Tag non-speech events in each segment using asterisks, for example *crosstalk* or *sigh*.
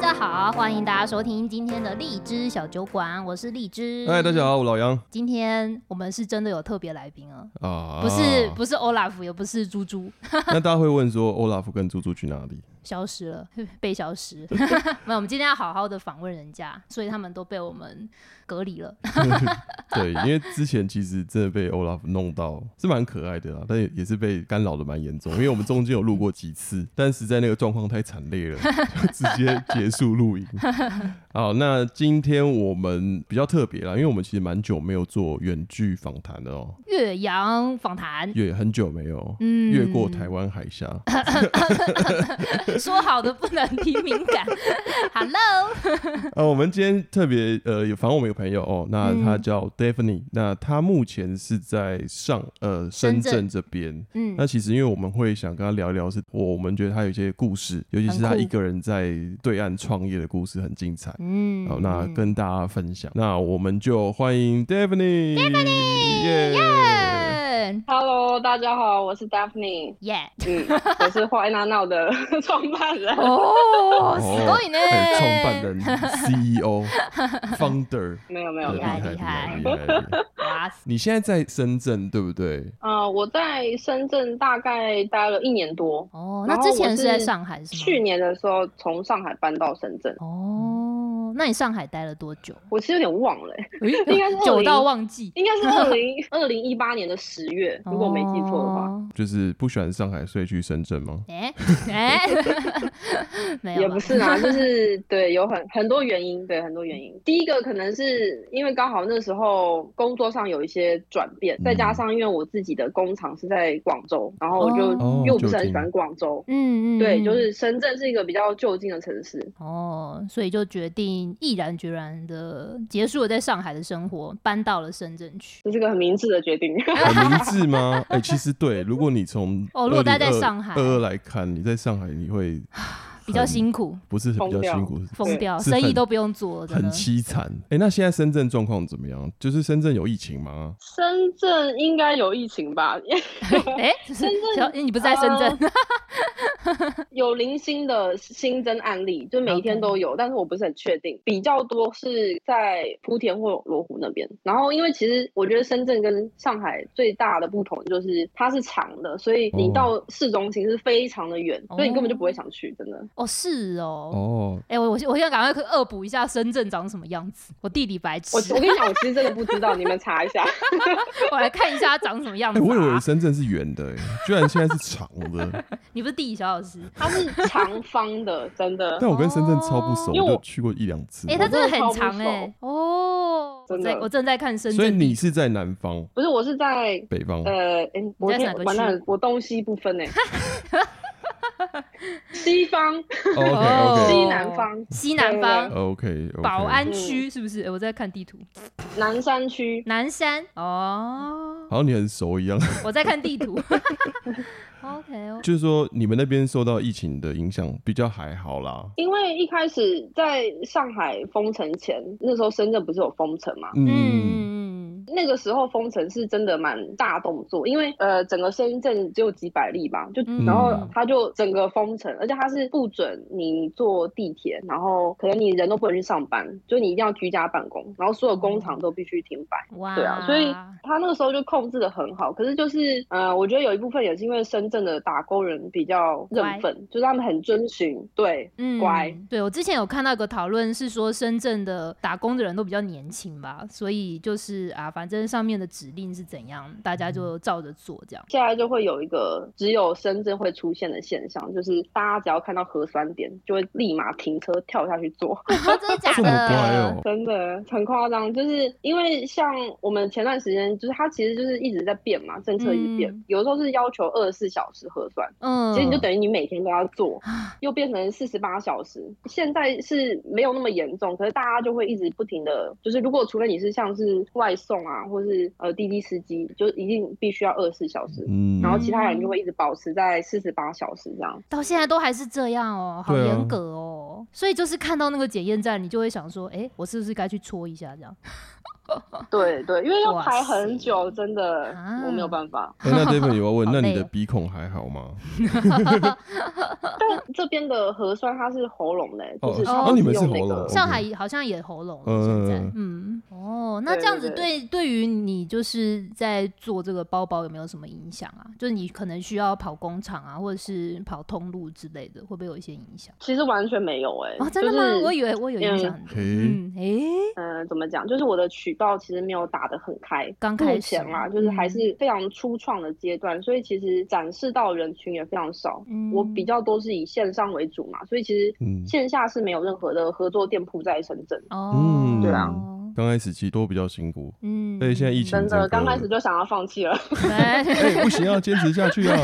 家好，欢迎大家收听今天的荔枝小酒馆，我是荔枝。嗨，哎大家好，我老杨今天我们是真的有特别来宾啊，啊，不是、不是 Olaf，也不是猪猪， *laughs* 那大家会问说欧拉夫跟猪猪去哪 *laughs* 里？消失了，被消失。 *laughs* 没有，我们今天要好好的访问人家，所以他们都被我们隔离了。 *laughs* 对，因为之前其实真的被欧拉夫弄到是蛮可爱的啦，但也也是被干扰的蛮严重，因为我们中间有录过几次，但实在那个状况太惨 *laughs* 烈了，就直接结束录影。好，那今天我们比较特别啦，因为我们其实蛮久没有做远距访谈的哦、岳阳访 *laughs* 谈，也很久没有。嗯，越过台湾海峡，说好的不能提敏感。Hello，呃，我们今天特别呃，有，反正我们有朋友哦，那嗯他叫 Daphne，、那他目前是在上呃深深圳圳这边。嗯那其实因为我们会想跟他聊一聊是，我我们觉得他有一些故事，尤其是他很酷一个人在对岸创业的故事很精彩。嗯好，那嗯跟大家分享，那我们就欢迎 Daphne。Daphne，耶、耶 Hello，大家好，我 *laughs* 是 Daphne，耶嗯，我是坏闹 *laughs* 闹的创办人。哦，すごい哎创 *laughs* ね。办人 CEO Founder，没有没有对没厉有，嗯、害厉害厉害厉害！厉害哇塞你现在在深圳对不对？呃，我在深圳大概待了一年多，哦，那然后之我前是在是上海是吗？去年的时候从上海搬到深圳，哦，那你上海待了多 *laughs* 久？我其实有点忘了、欸应该是诶久到忘记，应该 *laughs* 是二零二零一八年的十月， *laughs* 如果我没记错的话，哦。就是不喜欢上海，所以去深圳吗？ *laughs* 哎哎， *laughs* 没有也吧不是 *laughs* 啦，就是对，有很很多原因，对，很多原因。第一个可能是因为刚好那时候工作上有一些转变，再加上因为我自己的工厂是在广州，然后我就、哦因嗯为我不是很喜 *laughs* 欢广州，嗯嗯，对，嗯就是深圳是一个比较就近的城市。哦，所以就决定毅然决然的结束了在上海的生活，搬到了深圳去。这是个很明智的决定， *laughs* 很明智吗？哎、其实对，如果你从 *laughs* 哦如果待在上海二二来看，你在上海你会比较很辛苦，不是很比较辛苦，疯对掉，是生意很都不用做了，真很的。凄惨。哎、那现在深圳状况怎么样？就是深圳有疫情吗？深圳应该有疫情吧？ *laughs* 哎，深圳，你不是在深哦圳？有零星的新增案例，就每一天都有但是我不是很确定，比较多是在莆田或罗湖那边。然后，因为其实我觉得深圳跟上海最大的不同就是它是长的，所以你哦到市中心是非常的远，所以你根本就不会想去，真的。哦，是哦。哦，哎，我我我现在赶快恶补一下深圳长什么样子。我弟弟白痴我，我跟你讲，我其实真的不知道，你们查一下。 *laughs* 我来看一下它长什么样哎、子啊。我以为深圳是圆的、哎，居然现在是长 *laughs* 的。你不是地理小老师？它是长方的，真的。但我跟深圳超不熟，哦因为我我就去过一两次哎、。它真的很长哎、哦，我真在的我正在看深圳，所以你是在南方、不是，我是在北方？呃，诶我在哪天个完区蛋了，我东西 *laughs* 不分哎、西方、哦 *laughs* OK 西南方、西南方 OK OK，宝安区嗯是不是、哎我在看地图，南山区，南山哦，好像你很熟一样。我在看地图。OK，哦就是说，你们那边受到疫情的影响比较还好啦。因为一开始在上海封城前，那时候深圳不是有封城嘛？ *laughs* 嗯，嗯，嗯嗯那个时候封城是真的蛮大动作，因为呃，整个深圳只有几百例吧，就、嗯然后他就整个封城，而且他是不准你坐地铁，然后可能你人都不能去上班，就你一定要居家办公，然后所有工嗯厂都必须停摆。哇，对啊，所以他那个时候就控制的很好。可是就是，呃，我觉得有一部分也是因为深圳的打工人比较认份，就是他们很遵循，对，嗯乖。对我之前有看到一个讨论是说，深圳的打工的人都比较年轻吧，所以就是啊，反正上面的指令是怎样，大嗯家就照着做这样。现在就会有一个只有深圳会出现的现象，就是大家只要看到核酸点，就会立马停车跳下去做，啊真的假 *laughs* 这么乖的？哦。 *laughs* 真的很夸张。就是因为像我们前段时间，就是它其实就是一直在变嘛，政策一直变，嗯有时候是要求二十四小时核酸，嗯，啊其实你就等于你每天都要做，又变成四十八小时。现在是没有那么严重，可是大家就会一直不停的，就是如果除了你是像是外送啊，啊，或是呃滴滴司机，就一定必须要二十四小时。嗯，然后其他人就会一直保持在四十八小时这样，到现在都还是这样哦，好对啊严格哦。所以就是看到那个检验站，你就会想说，哎、我是不是该去戳一下这样？对对，因为要哇排很塞久，真的啊我没有办法。哎、那 David 有要问， *laughs* 好那你累的哦鼻孔还好吗？但这边的核酸它是喉咙的，哦就是哦它不你们是用喉那咙个哦上海好像也喉咙了，现在，嗯，哦，那这样子对对对于你就是在做这个包包有没有什么影响啊？就是你可能需要跑工厂啊，或者是跑通路之类的，会不会有一些影响？其实完全没有哎、哦，真的吗？就是我以为我以为影响很多。嘿、嗯，诶、嗯、怎么讲？就是我的渠道其实没有打得很开，刚目开始前啊，就是还嗯是非常初创的阶段，所以其实展示到人群也非常少。嗯我比较都是以线上为主嘛，所以其实嗯线下是没有任何的合作店铺在深圳。哦，嗯对啊刚开始其实都比较辛苦。嗯，所以现在疫情真这个的，刚开始就想要放弃了。 *laughs* 哎哎、不行，要坚持下去啊！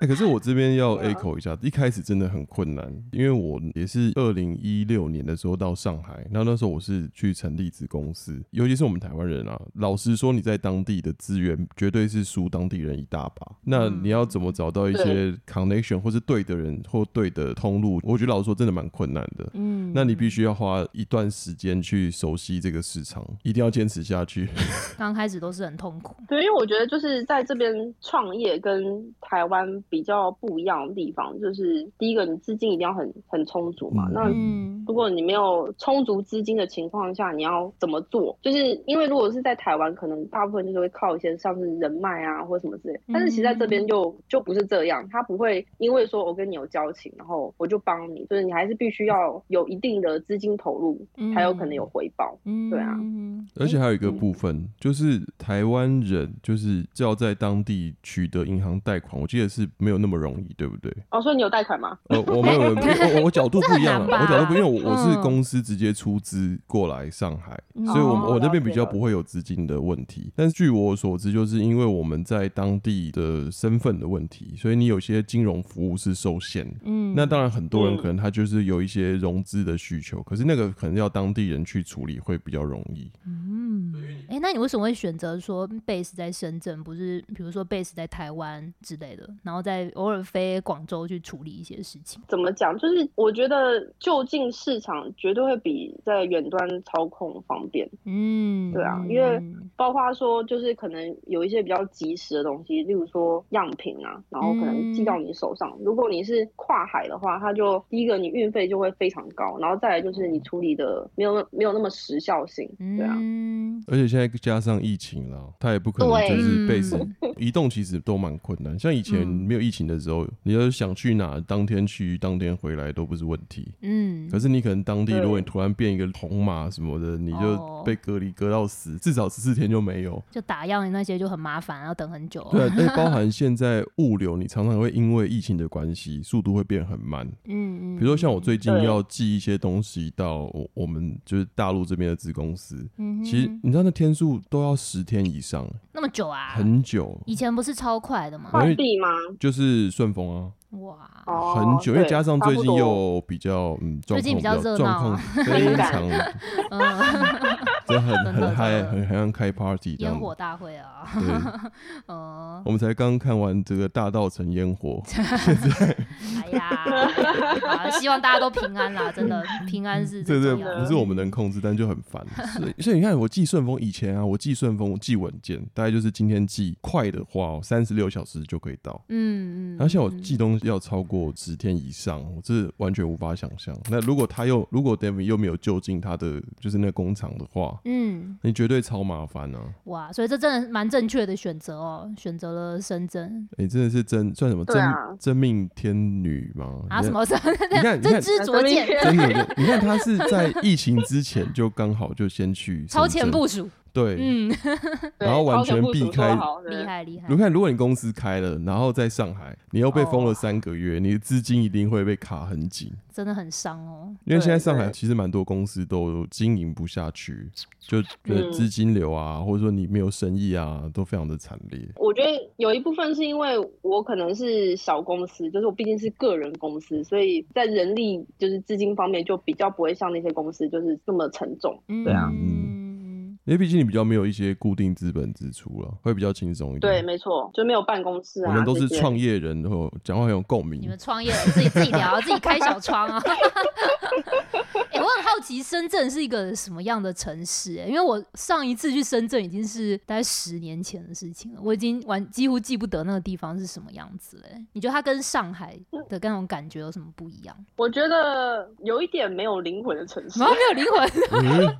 哎、可是我这边要对啊 echo 一下，一开始真的很困难，因为我也是二零一六年的时候到上海，然后那时候我是去成立子公司，尤其是我们台湾人啊，老实说，你在当地的资源绝对是输当地人一大把。那嗯你要怎么找到一些 connection 或是对的人或对的通路？我觉得老实说，真的蛮困难的。 *laughs* 嗯，那你必须要花一段时间去熟悉这个市场，一定要坚持下去。刚开始都是很痛苦，对，因为我觉得就是在这边创业跟台湾比较不一样的地方，就是第一个你资金一定要很很充足嘛。嗯那嗯如果你没有充足资金的情况下，你要怎么做？就是因为如果是在台湾，可能大部分就是会靠一些像是人脉啊或什么之类，但是其实在这边就就不是这样，他不会因为说我跟你有交情，然后我就帮你，就是你还是必须要有一定的资金投入，才有可能有回报。嗯，对啊嗯，而且还有一个嗯部分，就是台湾人就是要在当地取得银行贷款，我记得是没有那么容易，对不 *laughs* 对？哦，所以你有贷款吗？呃，我没有，我我我角度不一样了，这很难啊吧我角度不一样，因为我我是嗯公司直接出资过来上海，嗯所以我们哦我那边了解比较了不会有资金的问题。但是据我所知，就是因为我们在当地的身份的问题，所以你有些金融服务是受限的。嗯，那当然，很多人嗯可能他就是有一些融资的需求，可是那个可能要当地人去处理会比较容易。嗯，哎、那你为什么会选择说 base 在深圳，不是比如说 base 在台湾之类的，然后再偶尔飞广州去处理一些事情？怎么讲？就是我觉得就近市场绝对会比在远端操控方便，嗯，对啊嗯因为包括说就是可能有一些比较及时的东西，例如说样品啊，然后可嗯能寄到你手上。如果你是跨海的话，它就第一个你运费就会非常高，然后再来就是你处理的没有没有那么时效性，对啊。嗯，而且现在加上疫情啦，他也不可能就是对 base 移动，其实都蛮困难。像以前嗯没有疫情的时候，你要是想去哪，当天去当天回来都不是问题。嗯，可是你可能当地，对如果你突然变一个红码什么的，你就哦被隔离隔到死，至少十四天就没有。就打样那些就很麻烦，要等很久、对、 *laughs* 啊，而且包含现在物流，你常常会因为疫情的关系，速度会变很慢。嗯嗯，比如说像我最近对要寄一些东西到我我们就是大陆这边的子公司，嗯，其实嗯哼你知道那天数都要十天以上，那么久啊，很久。以前不是超快的吗？因快为递吗？就是顺丰啊，哇，哦，很久，因为对加上差最不近多又比较嗯，状最近况比较热状闹况啊非敏 *laughs* 感常，嗯， *laughs* 真的真很的很嗨，真的很很像开 party 这烟样火子。大会啊，对，嗯，我们才刚看完这个大稻城烟火，哎呀，啊，希望大家都平安嗯啦，真的，平安是这最这重要不的。是我们能控制，但就很 *laughs* 烦。所以所以你看，我寄顺丰以前啊，我寄顺丰我寄文件，大概就是今天寄快的话，哦三十六小时就可以到。嗯嗯，而且我嗯寄东西要超过十天以上，我这完全无法想象。那如果他又如果 David 又没有就近他的就是那个工厂的话，嗯，你绝对超麻烦啊！哇，所以这真的蛮正确的选择哦，选择了深圳你、真的是真算什么真、对啊真命天女吗？啊，你看什么什么，你 *laughs* 看，你这看，知灼见，真的，你看他是在疫情之前就刚好就先 *laughs* 去超深前圳，部署，对。嗯，对然后完超前全部署避开说好对厉害厉害你，看，如果你公司开了，然后在上海，你又被封哦了三个月，你的资金一定会被卡很紧。真的很伤哦，因为现在上海对对其实蛮多公司都经营不下去，就呃嗯资金流啊，或者说你没有生意啊，都非常的惨烈。我觉得有一部分是因为我可能是小公司，就是我毕竟是个人公司，所以在人力就是资金方面就比较不会像那些公司就是这么沉重。嗯对啊嗯因为毕竟你比较没有一些固定资本支出了，会比较轻松一点。对，没错，就没有办公室啊。我们都是这些创业人，然后讲话很有共鸣。你们创业了自己自己 *laughs* 聊，自己开小窗啊。 *laughs* 哎、我很好奇深圳是一个什么样的城市、欸？因为我上一次去深圳已经是大概十年前的事情了，我已经完几乎记不得那个地方是什么样子了欸、你觉得它跟上海的那种感觉有什么不一样？ *laughs* 我觉得有一点没有灵魂的城市然，后没有灵魂， *laughs* 嗯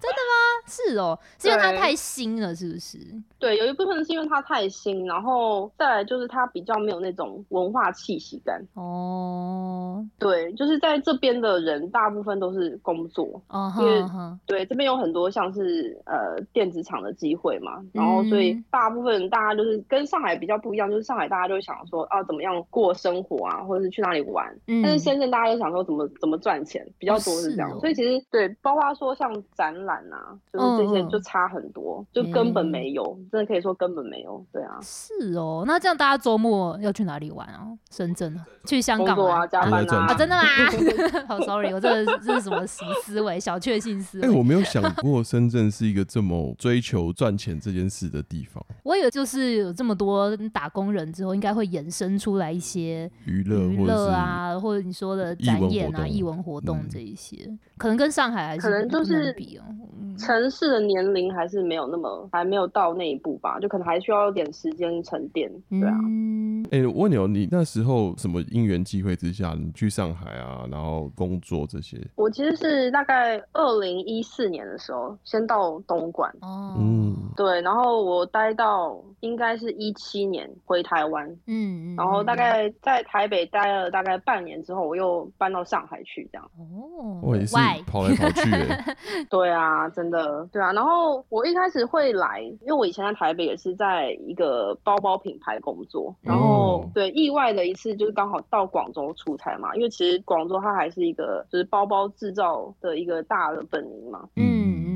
是哦，是因为它对太新了，是不是？对，有一部分是因为它太新，然后再来就是它比较没有那种文化气息感。哦，对，就是在这边的人大部分都是工作，哦因为哈哈，对，这边有很多像是呃电子厂的机会嘛，然后所以嗯大部分大家就是跟上海比较不一样，就是上海大家就会想说啊怎么样过生活啊，或者是去哪里玩，嗯但是深圳大家都想说怎么怎么赚钱比较多是这样，哦是哦所以其实对，包括说像展览啊，就是这些嗯嗯嗯就差很多，就根本没有，真的可以说根本没有，对啊，是哦，那这样大家周末要去哪里玩啊？深圳啊，去香工港作玩啊，加都在班赚啊，钱真的吗？*laughs* *laughs* 好、sorry，我这这是什么什么思维？小确幸思哎、维。我没有想过深圳是一个这么追求赚钱这件事的地方，我以为就是有这么多打工人之后，应该会衍生出来一些娱乐娱或者乐是啊，或者你说的艺展文演活啊、动艺文活动嗯这一些，可能跟上海还是可能就不能是比哦。嗯城市的年龄还是没有那么，还没有到那一步吧，就可能还需要一点时间沉淀，对啊。嗯，哎、我问你哦，你那时候什么因缘际会之下，你去上海啊，然后工作这些？我其实是大概二零一四年的时候，先到东莞，哦，嗯，对，然后我待到应该是一七年回台湾，嗯，嗯然后大嗯概在台北待了大概半年之后，我又搬到上海去，这样。哦，我也是 Why？跑来跑去、欸，对啊，真的，对啊。然后我一开始会来，因为我以前在台北也是在一个包包品牌工作，然后、哦对意外的一次就是刚好到广州出差嘛，因为其实广州它还是一个就是包包制造的一个大的本营嘛。*laughs* 嗯，嗯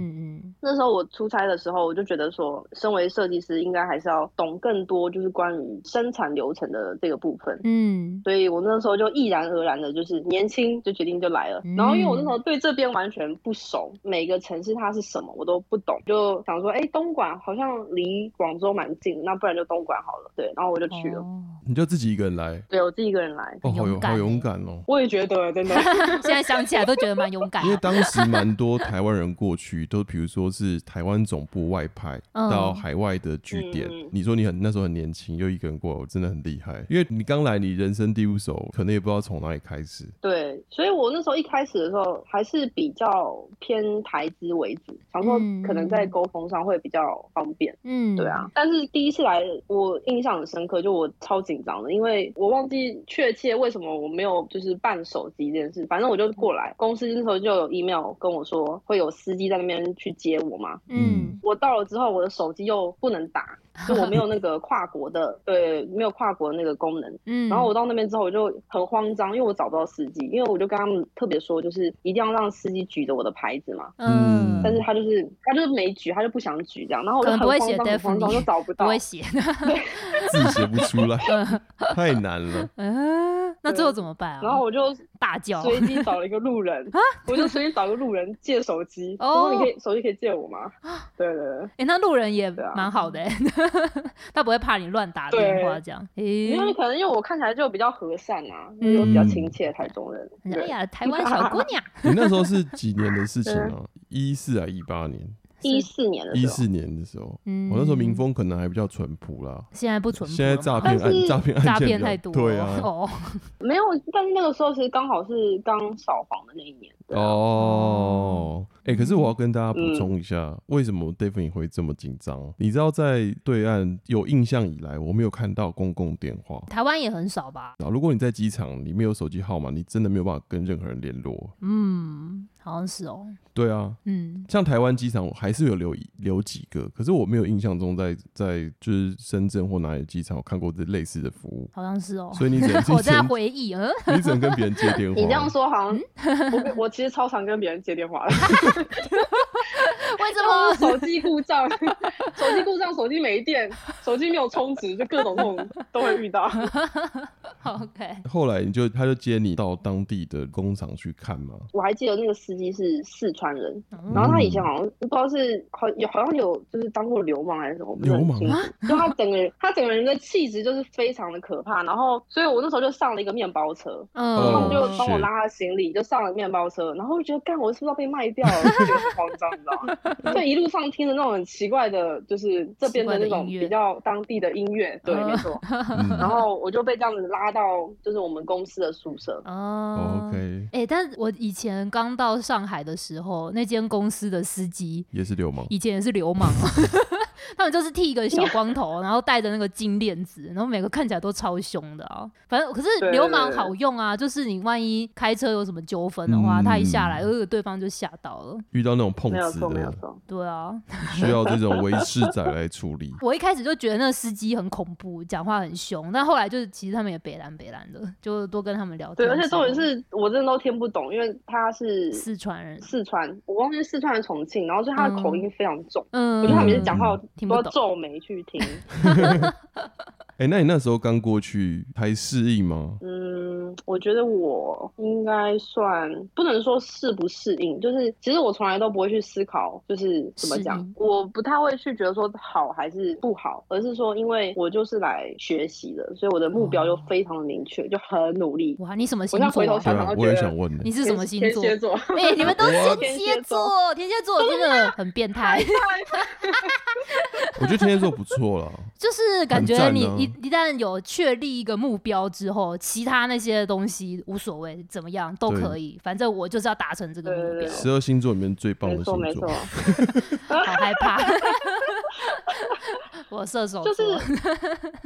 嗯那时候我出差的时候，我就觉得说，身为设计师，应该还是要懂更多，就是关于生产流程的这个部分。嗯，所以我那时候就毅然而然的，就是年轻就决定就来了。嗯然后因为我那时候对这边完全不熟，每个城市它是什么我都不懂，就想说，哎，东莞好像离广州蛮近，那不然就东莞好了。对，然后我就去了，哦你就自己一个人来，对我自己一个人来。哦，好勇有敢好欸勇敢哦。我也觉得真的，现在想起来都觉得蛮勇敢啊因为的。当时蛮多台湾人过去，都比如说是台湾总部外派嗯到海外的据点。嗯你说你很那时候很年轻，又一个人过来，我真的很厉害。因为你刚来，你人生地不熟，可能也不知道从哪里开始。 *laughs* 对，所以我那时候一开始的时候还是比较偏台资为主，想说嗯可能在沟通上会比较方便。嗯，对啊，，但是第一次来，我印象很深刻，就我超紧张的，因为我忘记确切为什么我没有就是办手机这件事，反正我就过来，公司那时候就有 email 跟我说会有司机在那边去接我嘛。嗯，我到了之后，我的手机又不 *laughs* 能打，就我没有那个跨国的，对，没有跨国的那个功能。嗯，然后我到那边之后，我就很慌张，因为我找不到司机，因为我就跟他们特别说，就是一定要让司机举着我的牌子嘛。嗯，但是他就是他就是没举，他就不想举这样，然后我就可能很不会慌写张，很慌张 Daphne 就找不不到。会写，字写不出来，太难了。嗯，那最后对怎么办啊？然后我就大叫，随 *laughs* 机找了一个路人我就随机找个路人借手机，我哦说你可以手机可以借我吗？对对对，哎、那路人也对啊嗯蛮好的、欸， *laughs* 他不会怕你乱打电话这样。诶、因为可能因为我看起来就比较和善啊，就是我比较嗯亲切的台中人。哎对，呀，台湾小姑 *laughs* 娘，你那时候是几年的事情啊？一四啊，一八年，一四年的哦一时候，四年的时候，嗯我那时候民风可能还比较淳朴啦。现在不存谱现在了诈吗，骗但案，是诈骗案 *laughs* 件诈比骗较太多了，对啊，哦，没有，但是那个时候其实刚好是刚扫黄的那一年。对啊哦，哎、可是我要跟大家补充一下，为什么 d a v i d 会这么紧张？你知道，在对岸有印象以来，我没有看到公共电话。台湾也很少吧？啊，如果你在机场，你没有手机号码，你真的没有办法跟任何人联络。嗯，好像是哦，对啊，嗯像台湾机场，我还是有留留几个，可是我没有印象中在在就是深圳或哪里机场有看过这类似的服务，好像是哦。所以你只 *laughs* 能我在你回忆，嗯，只能你只能跟别人接电话。 *laughs* 你这样说好像我我其实超常跟别人接电话的，为什要么 *laughs* 么？ *laughs* 手机故障，手机故障，手机没电，手机没有充值，就各种这种都会遇到。 OK，后来你就他就接你到当地的工厂去看嘛，我还记得那个司机是四川人，嗯然后他以前好像不知道是好有好像有就是当过流氓还是什么，我不是很流氓啊清楚。就他整个人他整个人的气质就是非常的可怕，然后所以我那时候就上了一个面包车，哦他们嗯，就帮我 shit 拉他的行李，就上了面包车，然后我就觉得干我是不是要被卖掉了，就觉得很慌张，你知道吗？就一路上听着那种很奇怪的，就是这边的那种奇怪的音乐比较当地的音乐，对，嗯没错。然嗯后我就被这样子拉到就是我们公司的宿舍，哦。 ，OK，哎、但我以前刚到上海的时候，那间公司的司机也是流氓，以前也是流氓啊， *laughs* 他们就是剃一个小光头，然后戴着那个金链子，然后每个看起来都超凶的啊。反正可是对流氓好用啊，就是你万一开车有什么纠纷的话，嗯他一下来，呃，对方就吓到了。遇到那种碰没有瓷错，没有的，错。对啊，。需要这种维士仔来处理我一开始就觉得那个司机很恐怖，讲话很凶，但后来就是其实他们也北蓝北蓝的，就多跟他们聊天对，之后。而且重点是我真的都听不懂，因为他是四川人，四川，我忘记是四川还是重庆，然后所以他的口音非常重，嗯，我觉得他每次讲话听不都要懂皱眉去听。哎、那你那时候刚过去还适应吗？嗯，我觉得我应该算不能说适不适应，就是其实我从来都不会去思考，就是怎么适讲应，我不太会去觉得说好还是不好，而是说因为我就是来学习的，所以我的目标就哦非常的明确，就很努力。哇，你什么星我现在座回头啊？对想啊想，我都也觉想得问呢、你是什么星天座？蝎座，哎、你们都是天天蝎蝎座，天蝎座真的很变态，我觉得天蝎座不错啦，就是感觉很你赞啊一一旦有确立一个目标之后，其他那些东西无所谓，怎么样都对可以，反正我就是要达成这个目标对对。十二星座里面最棒没的星错没座错。，好害怕， *laughs* 我射手座，就是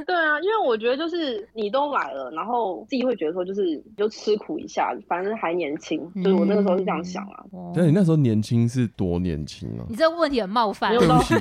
对啊，因为我觉得就是你都来了，然后自己会觉得说就是就吃苦一下，反正还年轻，就是我那个时候是这样想啊。哦但你那时候年轻是多年轻啊？你这个问题很冒犯没有对到不起，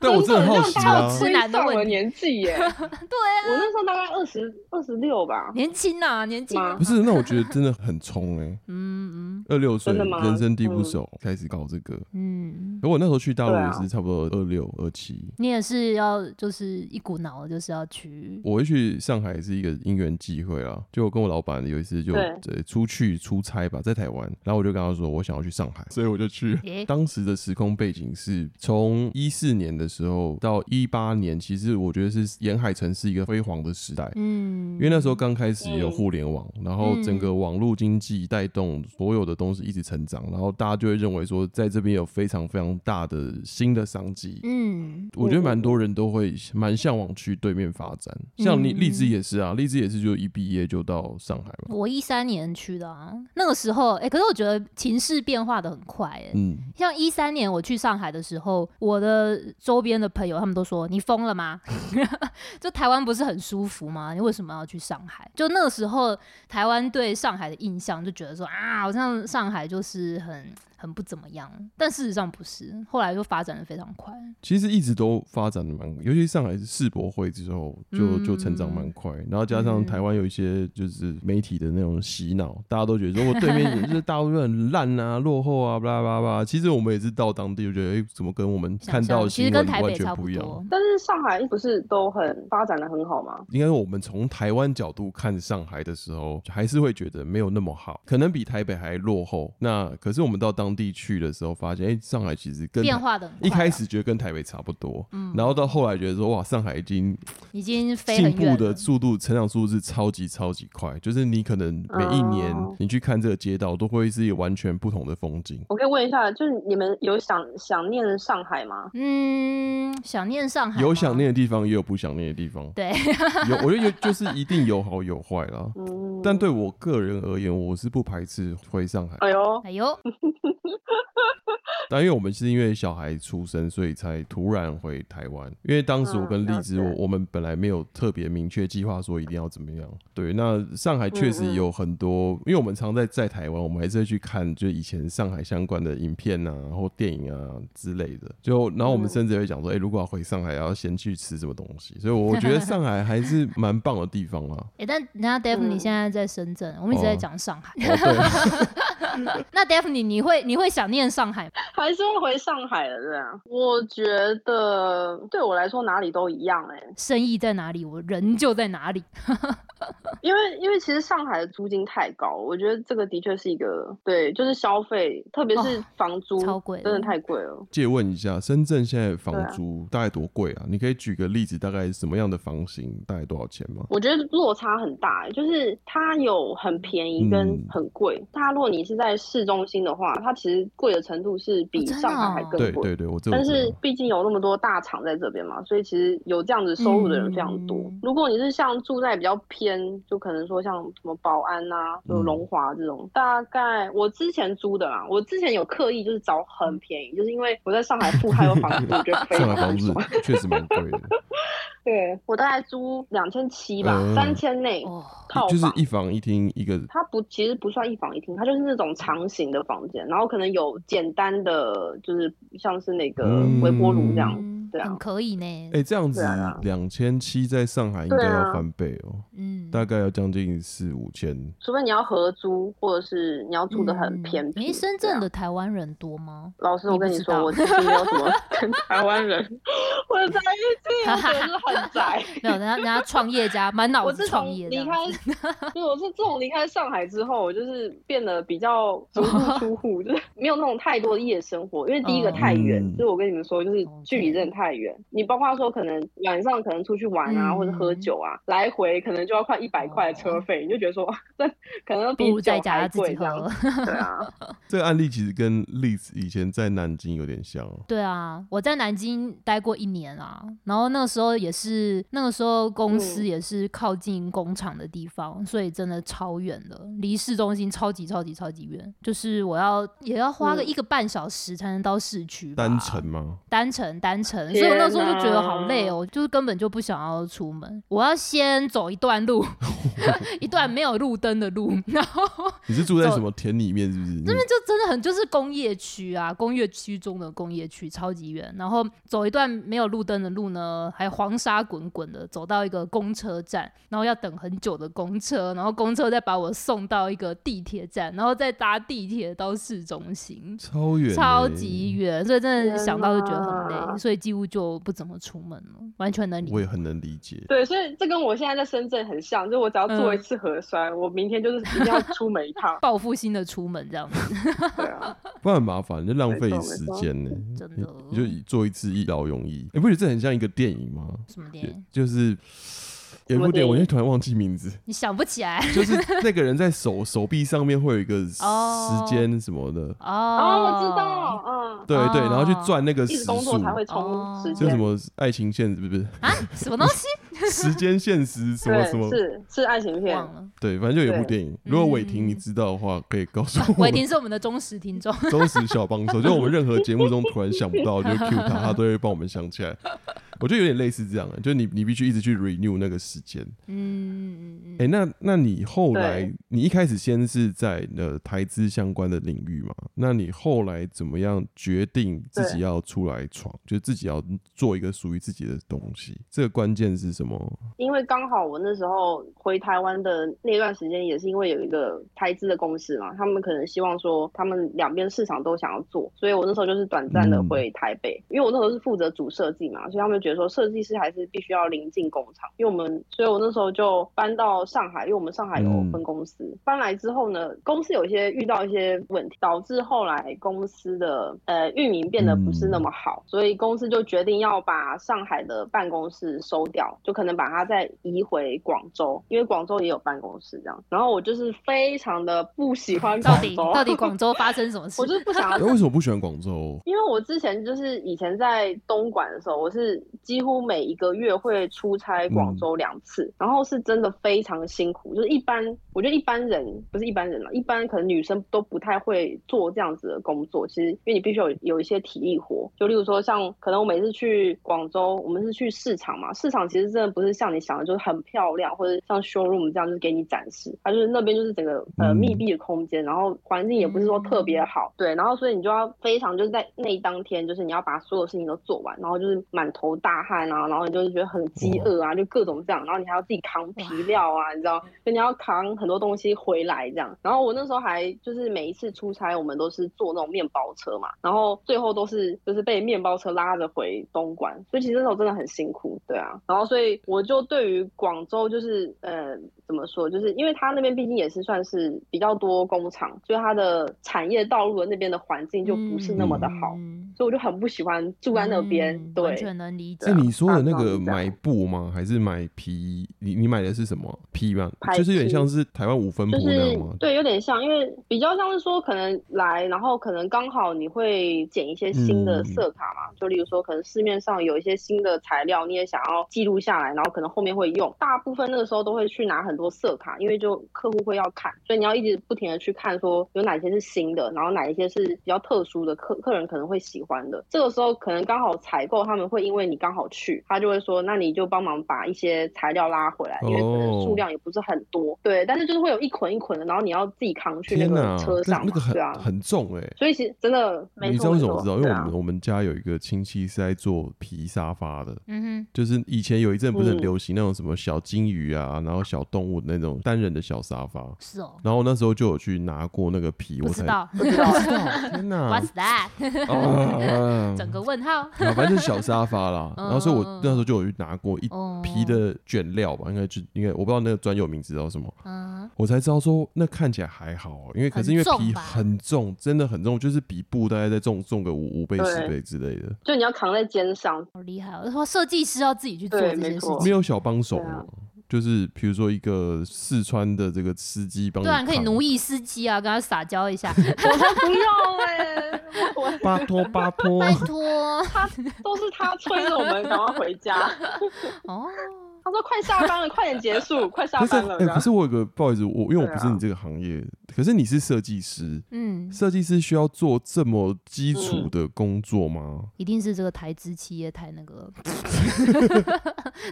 但我真的很好奇真的很像啊超，直男的上问了题年纪耶，我 *laughs* 对啊，那时候大概二十二十六吧。年轻啊，年轻啊吗不，是？那我觉得真的很冲哎、嗯嗯二六岁真的吗人生地不熟，开始搞这个。嗯，可我那时候去大陆对啊也是差不多二六二七，你也是要就是一股脑的就是要去，我会去上海是一个因缘际会啊，就我跟我老板有一次就对呃出去出差吧，在台湾，然后我就跟他说我想要去上海，所以我就去诶。当时的时空背景是从一四年的时候到一八年，其实我觉得是沿海城市一个辉煌的时代。嗯，因为那时候刚开始有嗯互联网，然后整个网络经济带动所有的东西一直成长，然后大家就会认为说，在这边有非常非常大的新的商机。嗯我觉得蛮多人都会蛮向往去对面发展，像你嗯荔枝也是啊，荔枝也是就一毕业就到上海嘛，我一三年去的、啊，那个时候，哎、可是我觉得情势变化的很快、哎、嗯，像一三年我去上海的时候，我的周边的朋友他们都说你疯了吗？ *laughs* 就台湾不是很舒服吗？你为什么要去上海？就那个时候，台湾对上海的印象就觉得说啊，好像上海就是很很不怎么样，但事实上不是，后来就发展的非常快。其实一直都发展的蛮，尤其上海是世博会之后就嗯就成长蛮快，然后加上台湾有一些就是媒体的那种洗脑，大家都觉得说我 *laughs* 对面就是大陆就很烂啊、落后啊、巴拉巴拉巴拉。其实我们也是到当地就觉得，哎、怎么跟我们想看到象的其实新跟闻台完北全差不不一多样？。但是上海不是都很发展的很好吗？应该说，我们从台湾角度看上海的时候，还是会觉得没有那么好，可能比台北还落后。那可是我们到当地去的时候，发现，哎、上海其实跟变化嗯的一开始觉得跟台北差不多，然后到后来觉得说，哇，上海已经已经飞进很远步了的，速度、成长速度是超级超级快，就是你可能每一年哦你去看这个街道，都会是一个完全不同的风景。 *laughs* 我可以问一下，就是你们有想想念上海吗？嗯，想念上海，。有想念，的地方，也有不想念的地方 *laughs* 对，有，我觉得有就是一定有好有坏啦。嗯，但对我个人而言，我是不排斥回上海。哎呦，哎呦，但因为我们是因为小孩出生，所以才突然回台湾。因为当时我跟嗯荔了枝，解我我们本来没有特别明确计划说一定要怎么样。对，那上海确实嗯嗯有很多，因为我们常在在台湾，我们还是会去看就以前上海相关的影片啊，然后电影啊之类的。就然后我们嗯甚至会讲说，哎、如果要回上海，要先去吃什么东西。所以我觉得上海还是蛮棒的地方啊。哎、但人家 Dave，、你嗯现在在深圳，我们一直在哦讲上海， *laughs* 哦，对，那 Daphne，你会你会想念上海吗？还是会回上海的，对啊。我觉得对我来说哪里都一样哎、生意在哪里，我人就在哪里。因为因为其实上海的租金太高，我觉得这个的确是一个对，就是消费，特别是哦房租，超贵的真的太贵了。借问一下，深圳现在对房啊租大概多贵啊？你可以举个例子，大概什么样的房型，大概多少钱吗？我觉得落差很大、就是它有很便宜跟嗯很贵。它、如果你是在市中心的话，它其实贵的程度是比哦真的上海还哦更对贵。对对，我这我但知是 *laughs* 道毕竟有那么多大厂在这边嘛，所以其实有这样子收入的人非常多。嗯如果你是像住在比较偏，就可能说像什么宝安呐、嗯有龙华这种，大概我之前租的啦，我之前有刻意就是找很便宜，就是因为我在上海付还有房租，我觉得非上常海房不子 *laughs* 爽。确实蛮贵的，对我大概租两千七吧，嗯三千内哦，套就是房。一房一厅一个它不，其实不算一房一厅，它就是那种长型的房间，然后可能有简单的，就是像是那个微波炉这样。嗯对啊很可以呢。哎、这样子对啊两千七在上海应该对啊要翻倍哦、嗯，大概要将近四五千。除非你要合租，或者是你要住的很嗯偏僻。诶，深对啊圳的台湾人多吗？老师，你我不跟你知道说，我其实没有 *laughs* 什么跟台湾人 *laughs* 混在一起，我就是很 *laughs* 宅。没有，人家人家创业家，满脑我子自创从业这离样开子。， *laughs* 对，我是自从离开上海之后，我就是变得比较足哦不出户，就是没有那种太多的夜生活。因为第一个嗯太远，嗯就是我跟你们说，就是 OK 距离真的太远。你包括说可能晚上可能出去玩啊，嗯或者喝酒啊，来回可能就要快一百块的车费，你就觉得说，这可能不比如酒在家还自己贵这样喝。。*laughs* 对啊，这个案例其实跟例子以前在南京有点像哦、对啊，我在南京待过一年啊，然后那个时候也是那个时候公司嗯也是靠近工厂的地方，所以真的超远的，离市中心超级超级超级远，就是我要也要花个嗯一个半小时才能到市区吧，单程吗？单程单程，所以我那时候就觉得好累天哦，就是根本就不想要出门，我要先走一段路，一段没有路灯的路，然后你是住在走什么田里面是不是？那边就真的很就是工业区啊，工业区中的工业区，超级远。然后走一段没有路灯的路呢，还黄沙滚滚的，走到一个公车站，然后要等很久的公车，然后公车再把我送到一个地铁站，然后再搭地铁到市中心你，超远、欸超级。远。所以真的天想到就觉得很累，哪所以几乎就不怎么出门了，完全能理我也解。。很能理 *laughs* 解，对，所以这跟我现在在深圳很像，就是我只要做一次核酸，我明天就是一定要出门一趟报复性的出门这样子，对 *laughs* 啊，不然很麻烦，就浪费没错时没错嗯间呢、真 *laughs* 你的你就以做一次一劳永逸，哎你、不觉得这很像一个电影吗？什么点？就是有一部么电影，我现电在影突然忘记名字，你想不起来就是那个人在手手臂上面会有一个哦时间什么的，哦？哦，我知道，嗯，对对，哦然后去赚那个一时直工作速，才会冲时就间。什么爱情线是不是？啊，什么东 *laughs* 西？时间现实什么对，什么？是是爱情片，忘了。对，反正就有一部对电影。如果伟嗯霆你知道的话，可以告诉我伟们。霆是我们的忠实 *laughs* 听众，忠实小帮手，就我们任何节目中突然想不到，就 Q 他，他都会帮我们想起来。我觉得有点类似这样，啊就你你必须一直去 renew 那个时间。嗯嗯嗯嗯，哎、那那你后来对，你一开始先是在呃台资相关的领域嘛？那你后来怎么样决定自己对要出来闯，就自己要做一个属于自己的东西？这个关键是什 *laughs* 么？因为刚好我那时候回台湾的那段时间，也是因为有一个台资的公司嘛，他们可能希望说他们两边市场都想要做，所以我那时候就是短暂嗯的回台北，因为我那时候是负责主设计嘛，所以他们觉得说设计师还是必须要临近工厂，因为我们，所以我那时候就搬到上海，因为我们上海有嗯分公司，搬来之后呢，公司有一些遇到一些问题，导致后来公司的呃运营变得不是那么好，所以公司就决定要把上海的办公室收掉，就可能把它再移回广州，因为广州也有办公室这样。然后我就是非常的不喜欢到广底州，到底广州发生什么事？ *laughs* 我就是不想要哎为什么不喜欢广州？因为我之前就是以前在东莞的时候，我是几乎每一个月会出差广州两次，然后是真的非常辛苦。就是一般，我觉得一般人不是一般人了，一般可能女生都不太会做这样子的工作。其实因为你必须有有一些体力活，就例如说像可能我每次去广州，我们是去市场嘛，市场其实真的不是像你想的，就是很漂亮，或者像 showroom 这样就是给你展示，它就是那边就是整个呃嗯密闭的空间，然后环境也不是说特别好，对，然后所以你就要非常就是在那一当天，就是你要把所有事情都做完，然后就是满头大汗啊，然后你就是觉得很饥饿啊，就各种这样，然后你还要自己扛皮料啊，嘛，你知道，就你要扛很多东西回来这样。然后我那时候还就是每一次出差，我们都是坐那种面包车嘛，然后最后都是就是被面包车拉着回东莞，所以其实那时候真的很辛苦，对啊。然后所以我就对于广州就是呃怎么说，就是因为它那边毕竟也是算是比较多工厂，所以它的产业道路的那边的环境就不是那么的好。嗯所以我就很不喜欢住在那边。嗯对啊完，全能理解那。你说的那个大道啊买布吗？还是买皮？你你买的是什么啊皮吗？排就是有点皮像是台湾五分就布那是样吗？对，有点像，因为比较像是说，可能来，然后可能刚好你会捡一些新嗯的色卡嘛，就例如说，可能市面上有一些新的材料，你也想要记录下来，然后可能后面会用。大部分那个时候都会去拿很多色卡，因为就客户会要看，所以你要一直不停的去看，说有哪些是新的，然后哪一些是比较特殊的，客客人可能会喜欢的。这个时候可能刚好采购他们会因为你刚好去，他就会说，那你就帮忙把一些材料拉回来，因为可能哦数量。也不是很多，对，但是就是会有一捆一捆的，然后你要自己扛去那天个哪，车那上那嘛个，对很啊。很重哎。所以其实真的没错，你知道为什么没我错知道？因为对我啊们我们家有一个亲戚是在做皮沙发的，嗯就是以前有一阵不是很嗯流行那种什么小金鱼啊，然后小动物的那种单人的小沙发，哼，是哦，然后那时候就有去拿过那个皮，不我知才啊嗯道不 *laughs* 知道，天 *laughs* 哪 What's that？*laughs* 啊！整个问 *laughs* 号。啊反正就是小沙发 *laughs* 啦，嗯然后所以我那时候就有去拿过一哦，皮，的卷料吧，应该就应该我不知道那个专有名字叫什么，嗯，我才知道说那看起来还好，哦因为可是因为很重皮吧很重，真的很重，就是比布大概再重重个五五倍对十倍之类的，就你要扛在 *laughs* 肩上，好厉害哦。说设计师要自己去做对这没些事错情没。有小帮手对啊哦。就是比如说一个四川的这个司机帮对啊，你可以扛奴役司机啊，跟他撒娇 *laughs* 一下，不要 *laughs* 哎、欸我拜托拜 *laughs* 托，拜托。都是他催着我们赶快回家，哦，他说快下班了，快点结束，快下可是班了。哎，这可样是我有个不好意思，我因为我对不是你啊这个行业，可是你是设计师，嗯，设计师需要做这么基础的工作吗？嗯一定是这个台资企业太那个了，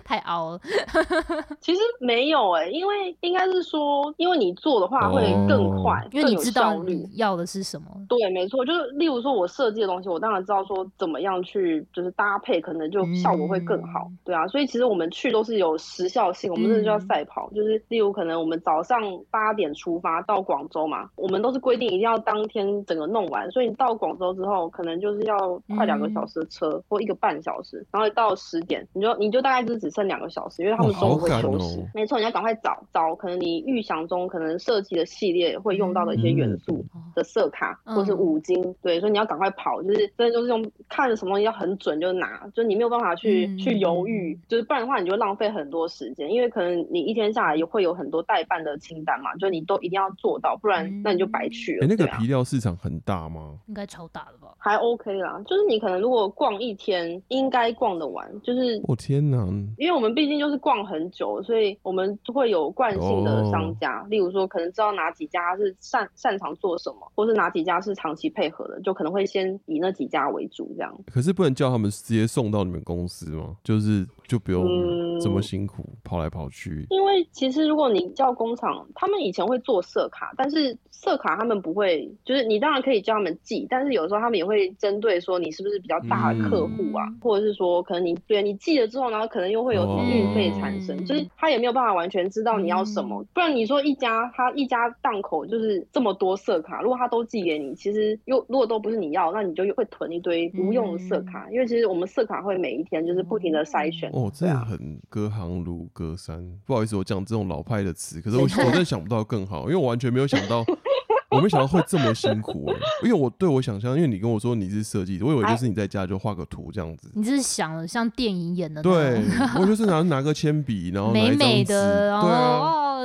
太凹了。其实没有哎、因为应该是说，因为你做的哦话会更快，因为你更有知效道率你要的是什么。对，没错，就是例如说，我设计的东西，我当然知道说怎么样去就是搭配，可能就效果会更好，嗯对啊。所以其实我们去都是有时效性，我们真的就要嗯赛跑，就是例如可能我们早上八点出发到广州嘛，我们都是规定一定要当天整个弄完，所以你到广州之后，可能就是要快两个嗯小时的车、或一个半小时，然后到十点，你就你就大概就只剩两个小时，因为他哇们中午好会赶休哦息。没错，你要赶快找找，可能你预想中可能设计的系列会用到的一些元嗯素，哦的色卡嗯或是五金，对，所以你要赶快跑，就是真的就是用看什么东西要很准就拿，就你没有办法去、嗯去犹豫，就是不然的话你就浪费很多时间，因为可能你一天下来也会有很多代办的清单嘛，就你都一定要做到，不然嗯那你就白去哎、了。那个对啊皮料市场很大吗？应该超大了吧？还 OK 啦，就是你可能如果逛一天，应该逛得完，就是我、天哪！因为我们毕竟就是逛很久，所以我们就会有惯性的商家，例如说可能知道哪几家是擅擅长做什么，或是哪几家是长期配合的，就可能会先以那几家为主这样。可是不能叫他们直接送到你们公司吗？就是就不用嗯这么辛苦、跑来跑去。因为其实如果你叫工厂，他们以前会做色卡，但是色卡他们不会，就是你当然可以叫他们寄，但是有时候他们也会针对说你是不是比较大的客户啊，嗯或者是说可能你对你寄了之后，然后可能又会有什么运费产生，嗯就是他也没有办法完全知道你要什么。嗯不然你说一家他一家档口就是这么多色卡，如果他都寄给你，其实又如果都不是你要，那你就会囤一堆无用的色卡，因为其实我们色卡会每一天就是不停的筛选。嗯哦，真对的啊很隔行如隔山。不好意思，我讲这种老派的词，可是没我我错真的想不到更好，因为我完全没有想到，我没想到会这么辛苦、欸。因为我对我想象，因为你跟我说你是设计，我以为哎就是你在家就画个图这样子。你这是想了像电影演的那对种，我就是拿拿个铅笔，然后拿一美张美纸的，然后对啊，哦，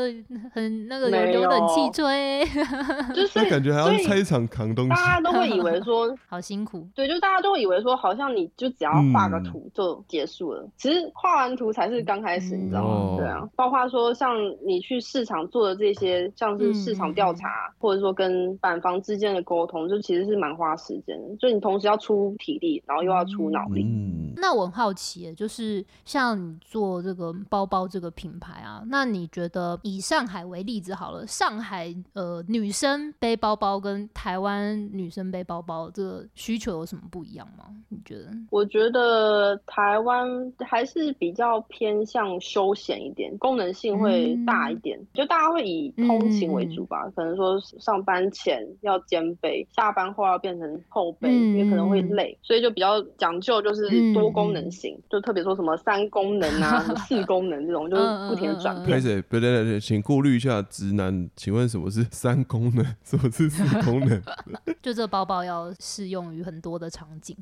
很那个有没有冷气有吹， *laughs* 就是那感觉还所要以拆场扛东西大。家都会以为说，好辛苦。对，就是大家都会以为说，好像你就只要画嗯个图就结束了。其实画完图才是刚开始，你知道哦吗？对啊，包括说像你去市场做的这些，像是市场调查，或者说跟板房之间的沟通，就其实是蛮花时间的。就你同时要出体力，然后又要出脑力。嗯，那我很好奇耶，就是像你做这个包包这个品牌啊，那你觉得以上海为例子好了，上海呃女生背包包跟台湾女生背包包这个需求有什么不一样吗？你觉得？我觉得台湾还是比较偏向休闲一点，功能性会大一点，就大家会以通勤为主吧。可能说上班前要肩背，下班后要变成后背，因为可能会累，所以就比较讲究就是多功能性，就特别说什么三功能啊、什么四功能这种，就是不停的转拍变。谁？不对对对，请顾虑一下直男，请问什么是三功能， *laughs* 什么是四功能？ *laughs* 就这包包要适用于很多的场景。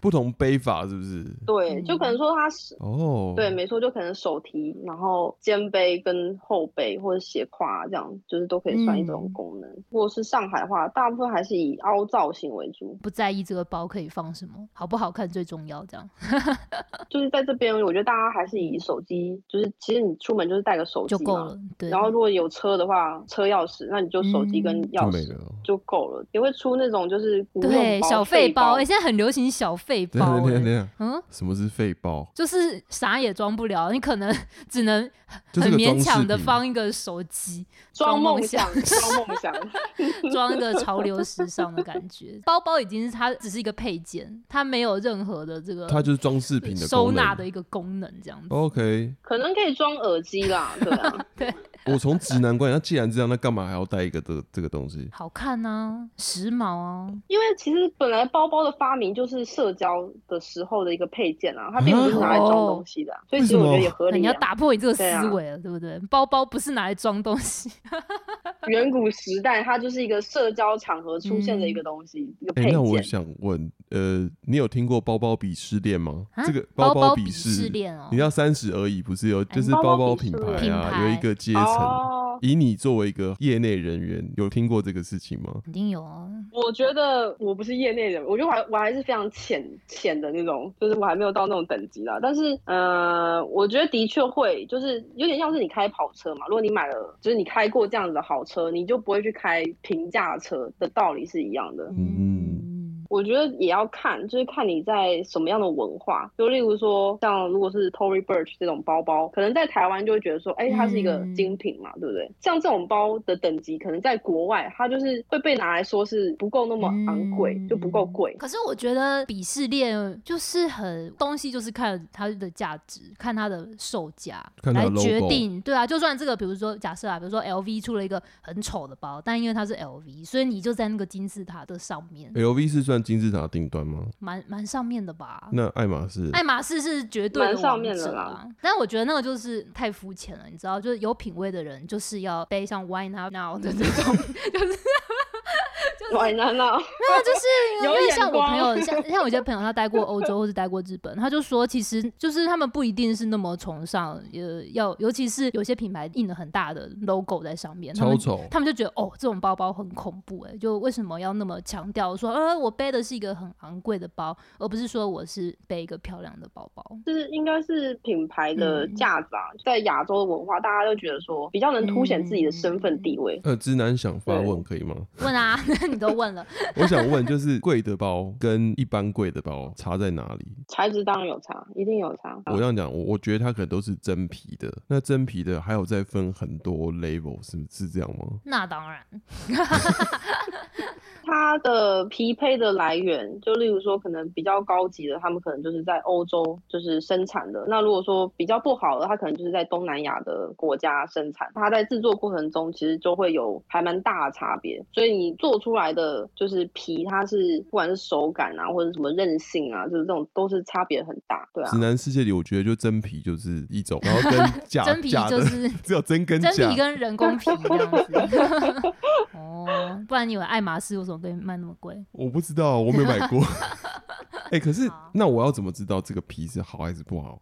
不同背法是不是？对，就可能说它是哦，对，，没错，就可能手提，然后肩背跟后背或者斜挎这样，就是都可以算一种嗯功能。如果是上海的话，大部分还是以凹造型为主，不在意这个包可以放什么，好不好看最重要。这样就是在这边，我觉得大家还是以手机，就是其实你出门就是带个手就机够嘛。了。对，然后如果有车的话，车钥匙，那你就手机跟嗯钥就没匙了。哦就够了。也会出那种就是古董对包小废包，包哎、，现在很流行小费等一下包、等一下等欸。一下，嗯，什么是废包？就是啥也装不了，你可能 *laughs* 只能就是很个勉装饰强的品放一个手机，装装梦梦想，*laughs* 装梦想。装一个潮流时尚的感觉。包包已经是它只是一个配件，它没有任何的这个它就是装饰品的呃收功能哦纳的一个功能，这样子。 OK，可能可以装耳机啦，对啊。我从直男观点，那既然这样，那干嘛还要带一个这这个东西？好看啊，时髦啊，因为其实本来包包的发明就是社交的时候的一个配件啊，它并不是拿来装哦东西的啊、所以其实我觉得也合那理、啊。你要打破你这个思对啊维了，对不对？包包不是拿来装东西， *laughs* 远古时代，它就是一个社交场合出现的一个东西，一个哎、配那我件。想问，呃，你有听过包包鄙视链吗？啊这个包包鄙鄙视链哦哎你知道三十而已不是有，就是包包包包鄙视品牌链啊，品牌有一个阶层。哦，以你作为一个业内人员，有听过这个事情吗？肯定有啊。我觉得我不是业内人，我觉得我还我还是非常浅浅的那种，就是我还没有到那种等级啦。但是，呃，我觉得的确会，就是有点像是你开跑车嘛。如果你买了，就是你开过这样子的好车，你就不会去开平价车的道理是一样的。嗯，我觉得也要看，就是看你在什么样的文化。就例如说，像如果是 Tory Burch 这种包包，可能在台湾就会觉得说，哎、它是一个嗯精品嘛，对不对？像这种包的等级，可能在国外它就是会被拿来说是不够那么昂贵，嗯就不够贵。可是我觉得鄙视链就是很东西，就是看它的价值，看它的售价看它来的决 logo 定。对啊，就算这个，比如说假设啊，比如说 LV 出了一个很丑的包，但因为它是 LV，所以你就在那个金字塔的上面， LV 是算金字塔顶端吗？蛮蛮上面的吧。那爱马仕，嗯爱马仕是绝对的蛮上王面的者啦啊，但我觉得那个就是太肤浅了，你知道，就是有品味的人就是要背上 Why Not Now 的这种，就是嗯哇，那 *laughs* 那那就是因为有因为眼像我光朋友，像像我一些朋友，他待 *laughs* 过欧洲或者待过日本，他就说，其实就是他们不一定是那么崇尚，呃，要尤其是有些品牌印了很大的 logo 在上面，他超们丑。他们就觉得哦，这种包包很恐怖哎、就为什么要那么强调说，呃，我背的是一个很昂贵的包，而不是说我是背一个漂亮的包包。是应该是品牌的嗯价值啊，在亚洲的文化，大家都觉得说比较能凸显自己的身份地位。嗯呃，直男想发对问可以吗？问啊， *laughs* 你都问了，我想问，就是贵的包跟一般贵的包差在哪里？材质当然有差，一定有差。我这样讲，我我觉得它可能都是真皮的。那真皮的还有再分很多 level，是是这样吗？那当然，它的匹配的来源，就例如说可能比较高级的，他们可能就是在欧洲就是生产的。那如果说比较不好的，它可能就是在东南亚的国家生产。它在制作过程中其实就会有还蛮大的差别，所以你做出来的就是皮，它是不管是手感啊，或者什么韧性啊，就是这种都是差别很大，对啊直。男世界里，我觉得就真皮就是一 *laughs* 种，然后跟假真皮假就的是只有 *laughs* 真跟假，真皮跟人工皮这样 *laughs* 子。哦，不然你以为爱马仕为什么可以卖那么贵？我不知道，啊我没有买 *laughs* 过。哎、可是好那我要怎么知道这个皮是好还是不好？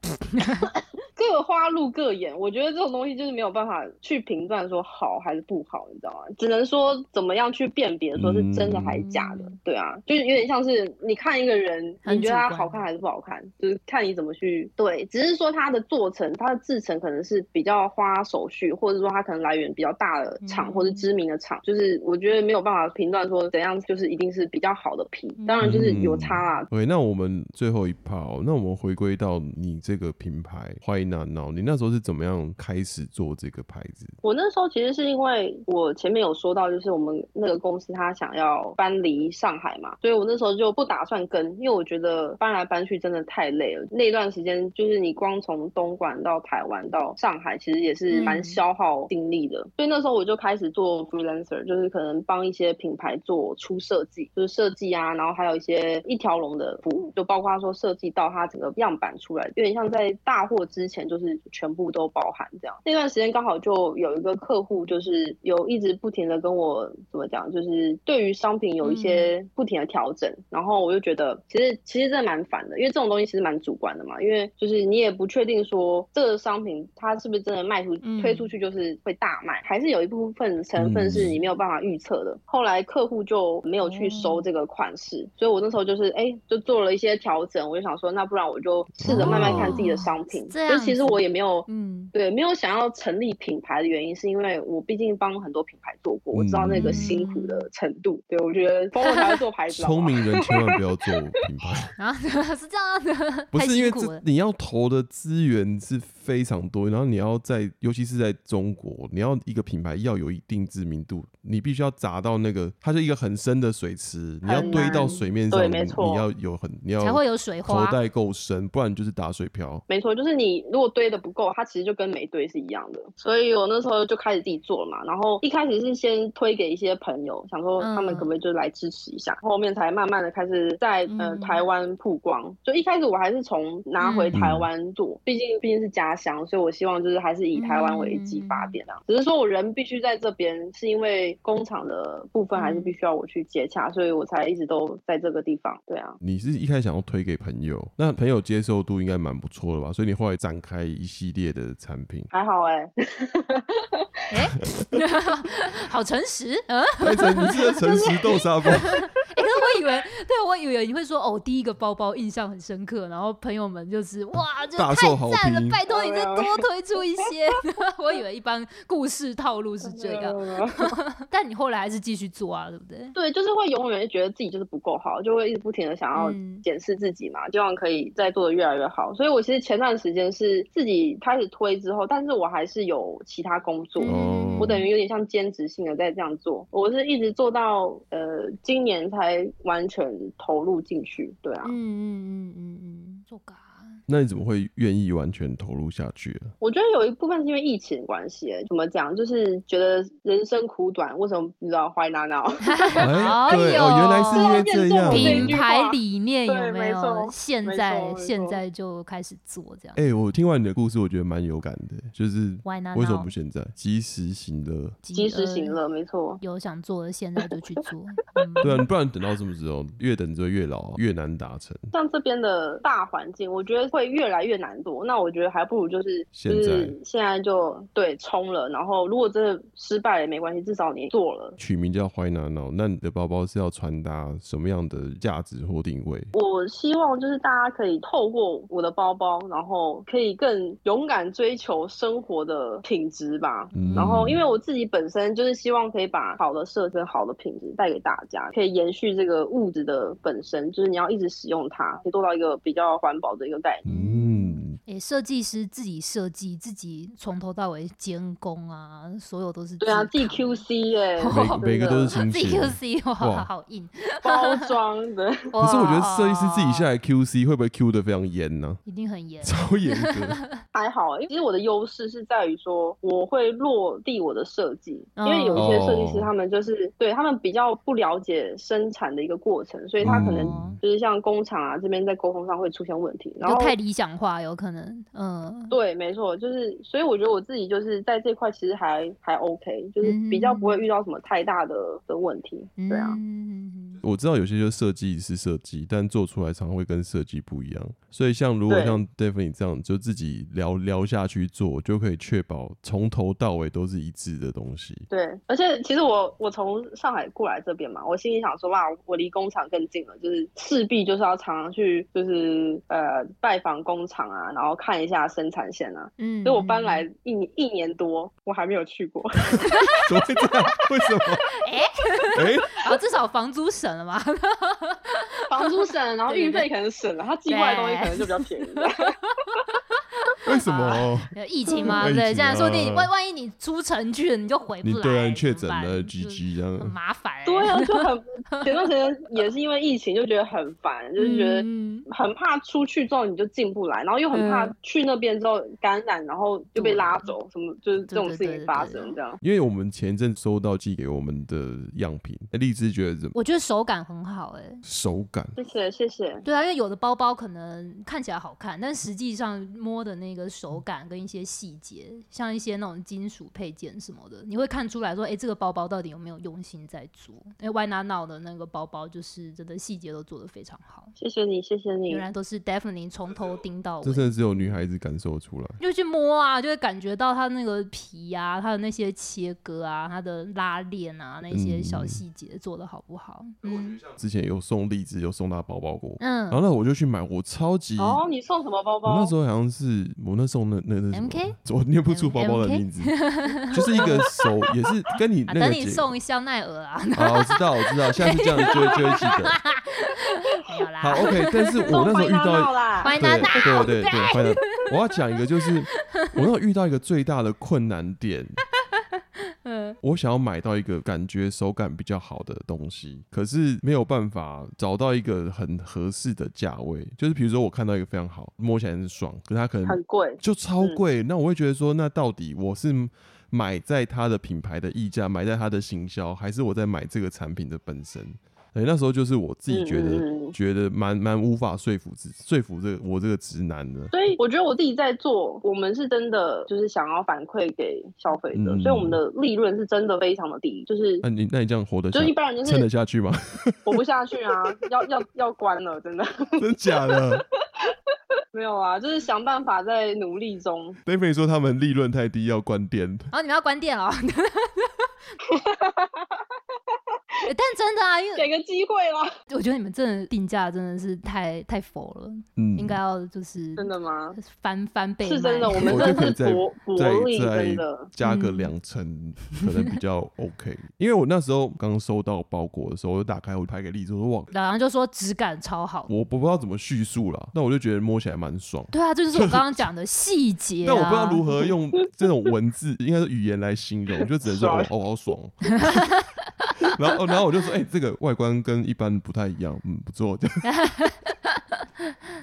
各花入各眼，我觉得这种东西就是没有办法去评断说好还是不好，你知道吗？只能说怎么样去辨别说是真的还是假的，嗯对啊，就是有点像是你看一个人，很你觉得他主观好看还是不好看，就是看你怎么去对，只是说它的做成、它的制成可能是比较花手续，或者说它可能来源比较大的厂、嗯或者知名的厂，就是我觉得没有办法评断说怎样就是一定是比较好的皮，当然嗯就是有差啦， OK，那我们最后一趴、哦，那我们回归到你这个品牌 Why 台南哦，你那时候是怎么样开始做这个牌子？我那时候其实是因为我前面有说到，就是我们那个公司他想要搬离上海嘛，所以我那时候就不打算跟，因为我觉得搬来搬去真的太累了。那段时间就是你光从东莞到台湾到上海，其实也是蛮嗯消耗精力的。所以那时候我就开始做 freelancer，就是可能帮一些品牌做出设计，就是设计啊，然后还有一些一条龙的服务，就包括说设计到它整个样板出来，有点像在大货之前就是全部都包含这样。那段时间刚好就有一个客户，就是有一直不停的跟我怎么讲，就是对于商品有一些不停的调整，然后我就觉得其实其实真的蛮烦的，因为这种东西其实蛮主观的嘛，因为就是你也不确定说这个商品它是不是真的卖出嗯推出去就是会大卖，还是有一部分成分是嗯你没有办法预测的。后来客户就没有去哦收这个款式，所以我那时候就是哎、就做了一些调整，我就想说，那不然我就试着慢慢看自己的商品。哦这所样以其实子我也没有。嗯，对，没有想要成立品牌的原因，是因为我毕竟帮很多品牌做过，我知道那嗯个辛苦的程度。对，我觉得包括才会做牌子好不好，聪 *laughs* 明人千万不要做品 *laughs* 牌，然后啊是这样的，不太是因辛为苦这了。你要投的资源是非常多，然后你要在，尤其是在中国，你要一个品牌要有一定知名度，你必须要砸到那个，它是一个很深的水池，你要很堆到难水面上，对你没错你要有很，你要才会有水口花，袋够深，不然你就是打水漂。没错，就是你如果堆的不够，它其实就跟没堆是一样的。所以我那时候就开始自己做了嘛，然后一开始是先推给一些朋友，想说他们可不可以就来支持一下，后面才慢慢的开始在呃嗯台湾曝光。就一开始我还是从拿回台嗯湾做，毕竟毕竟是家乡，所以我希望就是还是以台湾嗯为基发点啊。只是说我人必须在这边，是因为工厂的部分还是必嗯须要我去接洽，所以我才一直都在这个地方。对啊。，你是一开始想要推给朋友，那朋友接受度应该蛮不错的吧？所以你后来展开一系列的产品 *laughs* 还好哎、哎， *laughs* 好诚实，嗯，太诚，哎你是在诚实豆沙包。哎、可是我以为，对我以为你会说哦，第一个包包印象很深刻，然后朋友们就是哇，这大太受好赞了评，拜托你再没有多推出一些。 *laughs* 我以为一般故事套路是这 *laughs* 样，啊但你后来还是继续做啊，对不对？对，就是会永远觉得自己就是不够好，就会一直不停的想要嗯检视自己嘛，希望可以再做的越来越好。所以我其实前段时间是自己开始推之后，但是我还是有其他工作，嗯哦，我等于有点像兼职性的在这样做。我是一直做到呃今年才完全投入进去，对啊。嗯嗯嗯嗯嗯，做嘎。那你怎么会愿意完全投入下去啊？我觉得有一部分是因为疫情的关系，怎么讲，就是觉得人生苦短，为什么不知道 why *laughs* not now？哎，对呦哦，原来是因为这样我这一品句啊。牌话理念有对没没有错？现没在错没现错在就开始做这样。哎、我听完你的故事，我觉得蛮有感的，就是，Why not？为什么不现在及时行乐？及时行乐，没错。呃有想做的现在就去 *laughs* 做。嗯、对啊，你不然等到什么时候？越等就越老，啊越难达成。像这边的大环境，我觉得会越来越难做。那我觉得还不如就是现就在是现在就对冲了，然后如果真的失败了也没关系，至少你做了。取名叫“淮南脑”，那你的包包是要传达什么样的价值或定位？我希望就是大家可以透过我的包包，然后可以更勇敢追求生活的品质吧。嗯然后，因为我自己本身就是希望可以把好的设计、好的品质带给大家，可以延续这个物质的本身，就是你要一直使用它，可以做到一个比较环保的一个概念。嗯，诶，设计师自己设计，自己从头到尾监工啊，所有都是对啊自己扛，DQC 耶、哇 *laughs* 每每个哎真的都是亲自戚己。QC 哇，哇好硬。包装 *laughs* 的，可可是我觉得设计师自己下来 QC 会不会 Q 的非常严呢、。一定很严 *laughs* 超严格，还好，因为其实我的优势是在于说我会落地我的设计，嗯因为有一些设计哦师他们就是对他们比较不了解生产的一个过程，所以他可能哦就是像工厂啊这边在沟通上会出现问题，然就后太理想化，有可能，嗯，对，没错，就是所以我觉得我自己就是在这块其实还还 OK，就是比较不会遇到什么太大的的问题，对啊。嗯，我知道有些就是设计是设计，但做出来常常会跟设计不一样。所以像如果对像 Stephanie 这样，就自己聊聊下去做，就可以确保从头到尾都是一致的东西。 *laughs* 对，而且其实我我从上海过来这边嘛，我心里想说哇，我离工厂更近了，就是势必就是要常常去就是呃拜访工厂啊，然后看一下生产线啊。嗯，所以我搬来一年一年多，我还没有去 *laughs* 过。怎么会这样？为什么？哎、嗯，好，至少房租省了嘛， *laughs* 房租省，然后对对运对费可能省了，他寄过来的东西可能就比较便宜。为什么？啊有疫情 *laughs* 嘛，疫情对，这样说不定啊万万一你出城去了，你就回不你来，对啊，你怎确么诊办了就是，GG 这很样。麻烦欸。 *laughs* 对啊，就很前段时间也是因为疫情，就觉得很烦，就是觉得嗯很怕出去之后你就进不来，然后又很怕嗯啊去那边之后感染，然后就被拉走，什么就是这种对事对对情发对对啊生这样。因为我们前一阵收到寄给我们的样品，那荔枝觉得怎么我觉得手感很好，哎。手感？谢谢谢谢，对啊，因为有的包包可能看起来好看，但实际上摸的那个手感跟一些细节，像一些那种金属配件什么的，你会看出来说，哎、这个包包到底有没有用心在做？哎、w h y Not Now 的那个包包就是真的细节都做得非常好，谢谢你谢谢你原。来都是 Daphne 从头盯哦到这尾。真的只有女孩子感受出来。就去摸啊，就会感觉到它那个皮啊，它的那些切割啊，它的拉链啊，那些小嗯细节做的好不好？嗯之前有送荔枝，有送她包包过，嗯然后那我就去买，我超级哦，你送什么包我包那时？候好像是我那时候那那那是什么 MK 我念不出包包的 MK 名字，就是一个手也是跟你啊，那等个你姐送香奈儿啊，啊，我知道我知道，下次这样就会就会记得。没有啦。好 OK，但是我送那时候麦遇当到劳啦，欢对迎大家对对对，快乐。我要讲一个，就是我那时候遇到一个最大的困难点，嗯我想要买到一个感觉手感比较好的东西，可是没有办法找到一个很合适的价位。就是比如说我看到一个非常好，摸起来很爽，可是它可能很贵。就超嗯贵。那我会觉得说，那到底我是买在它的品牌的溢价，买在它的行销，还是我在买这个产品的本身？对，那时候就是我自己觉得、嗯嗯嗯觉得蛮蛮无法说服自说服这个我这个直男的。所以我觉得我自己在做，我们是真的就是想要反馈给消费者，嗯所以我们的利润是真的非常的低，就是那、你那你这样活得下就一般人就撑得是下去吗？ *laughs* 活不下去啊，要要要关了，真的 *laughs* 真假的没有啊，就是想办法在努力中。 ？David 说他们利润太低要关店，然后你们要关店了哦。欸但真的啊，因为给个机会啦，我觉得你们真的定价真的是太太佛了，嗯，应该要就是真的吗？翻翻倍卖。是真的，我们我就真可以的再是薄再薄利，再真的。加个嗯两成，可能比较 OK。因为我那时候刚收到包裹的时候，我就打开我拍给丽珠说哇， *laughs* 然后就说质感超好。我我不知道怎么叙述啦，但我就觉得摸起来蛮爽。对啊，这就是我刚刚讲的细节、啊。但我不知道如何用这种文字，应该是语言来形容，就只能说爽哦，哦 *laughs* 好爽。然后，哦然后我就说，哎、这个外观跟一般不太一样，嗯，不错。 *laughs* 这样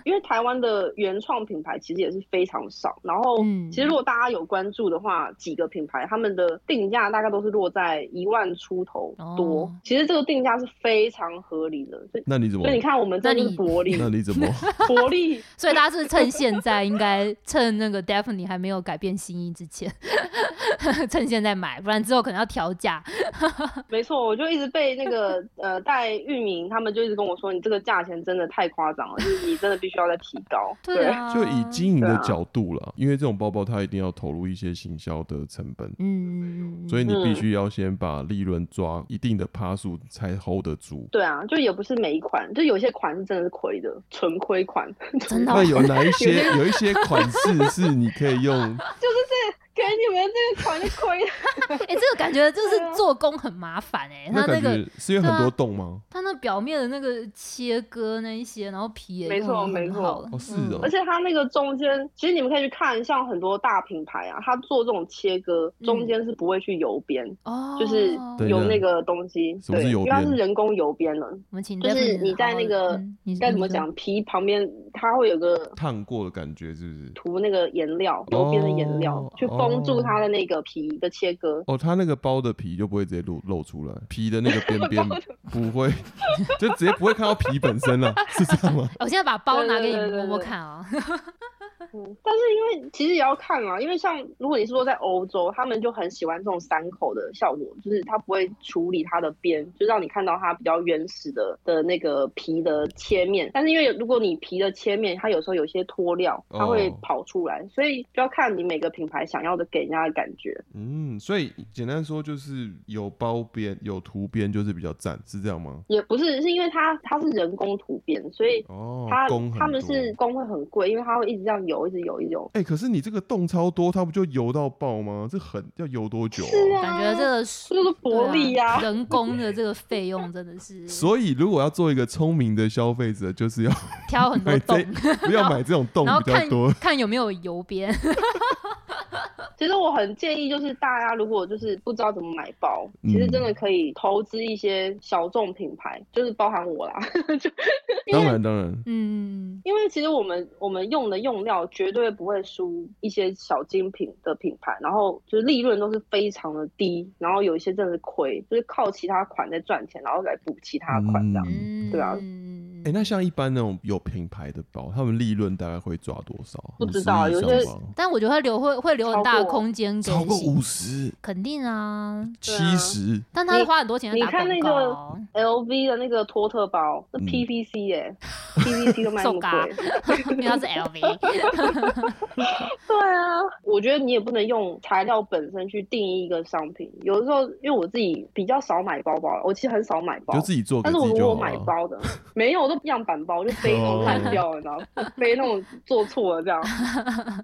因为台湾的原创品牌其实也是非常少，然后嗯其实如果大家有关注的话，几个品牌他们的定价大概都是落在一万出头多，哦其实这个定价是非常合理的，所以那你怎么所以？你看我们这那是你薄利那你怎么？薄利，所以大家是趁现在，应该趁那个 Daphne 还没有改变心意之前， *laughs* 趁现在买，不然之后可能要调价。没错，我就一直被那个呃戴玉明他们就一直跟我说，你这个价钱真的太夸张了，就是你真的必须要再提高。 *laughs* 对啊， *laughs* 就以经营的对啊角度啦，因为这种包包它一定要投入一些行销的成本，嗯，所以你必嗯须要先把利润抓一定的趴数才 hold 得住。对啊，就也不是每一款，就有些款是真的是亏的，纯亏款，真 *laughs* 的哦那有哪一些有一些款式是你可以用给你们这个款是亏的。 *laughs* 哎、这个感觉就对是啊做工很麻烦哎、它那感个觉是因对为很啊多洞吗？它那表面的那个切割那一些，然后皮也没错用得没很错好哦是嗯哦而且它那个中间，其实你们可以去看，像很多大品牌啊，它做这种切割，中间是不会去油边，嗯哦，就是对有的那个东西，什么是对油因为它边是人工油边了。我们请就是 Daphne 你在好好那个嗯你该你怎么说讲？皮旁边它会有个烫过的感觉是不是？涂那个颜料，油边的颜料、哦去封住它的那个皮的切割。哦，它那个包的皮就不会直接露露出来，皮的那个边 *laughs* 边不会，就直接不会看到皮本身 *laughs* 了，是这样吗？我现在把包对拿对给你对们对摸摸对看 *laughs* 啊、嗯但是因为其实也要看啊，因为像如果你是说在欧洲，他们就很喜欢这种三口的效果，就是它不会处理它的边，就让你看到它比较原始的的那个皮的切面。但是因为如果你皮的切面，它有时候有些脱料，它会哦跑出来，所以就要看你每个品牌想要的给人家的感觉。嗯，所以简单说就是有包边有图边就是比较赞，是这样吗？也不是，是因为它它是人工涂边，所以哦它、，工很他们多是工会很贵，因为它会一直这样游，一直游，一直游。哎、可是你这个洞超多，它不就游到爆吗？这很要游多久、是啊，感觉这个这就是对薄利呀、啊，人工的这个费用真的是所以如果要做一个聪明的消费者，就是 *laughs* 要挑很多买洞这，*laughs* 不要买这种洞然后比较看多。看有没有油 *laughs* 边，其实我很建议，就是大家如果就是不知道怎么买包，其实真的可以投资一些小众品牌，就是包含我啦。 *laughs* 就当然当然，嗯，因为其实我们我们用的用料绝对不会输一些小精品的品牌，然后就是利润都是非常的低，然后有一些真的是亏，就是靠其他款在赚钱，然后来补其他款这样。嗯，对啊哎、那像一般那种有品牌的包，他们利润大概会抓多少？不知道50以有上些吧但我觉得会留会会留很大的空间给超过洗五十、肯定啊，对七啊十，但他你花很多钱在你打看广那告个，LV 的那个托特包，那嗯 PVC 哎、PVC 都卖那手么嘎贵。， *laughs* 因为他是 *laughs* LV，对啊，我觉得你也不能用材料本身去定义一个商品。有的时候，因为我自己比较少买包包了，我其实很少买包就，自己做给但是自我己如就果好买了。哦包的，没有，我都样板包，我就背那种烂掉了，你知道吗？背那种做错了 *laughs* 这样。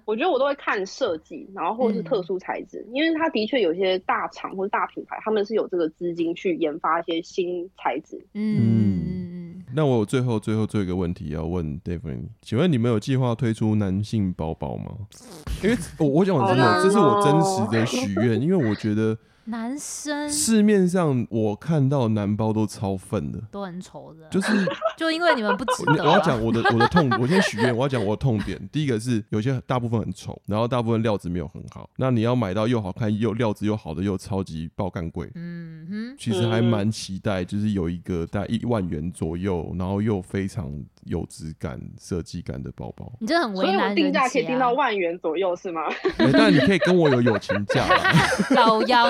我觉得我都会看设计，然后或者是嗯特殊材质，因为它的确有些大厂或者大品牌，他们是有这个资金去研发一些新材质。嗯，那我有最后最后最后一个问题要问 David，请问你们有计划推出男性包包吗？ *laughs* 因为我我讲真好的，难这是我真实哦的许愿，因为我觉得男生市面上我看到男包都超粪的，都很丑的，就是就因为你们不值 *laughs* 我得我要啊，讲我的我的痛，我先许愿，我要讲我的痛点。第一个是有些大部分很丑，然后大部分料子没有很好，那你要买到又好看又料子又好的又超级爆干贵。嗯。其实还蛮期待，就是有一个大概一万元左右，然后又非常有质感、设计感的包包你真的很所以为我难定人啊价可以定到家，万元左右，是吗？欸、但你可以跟我有友情价啦。老杨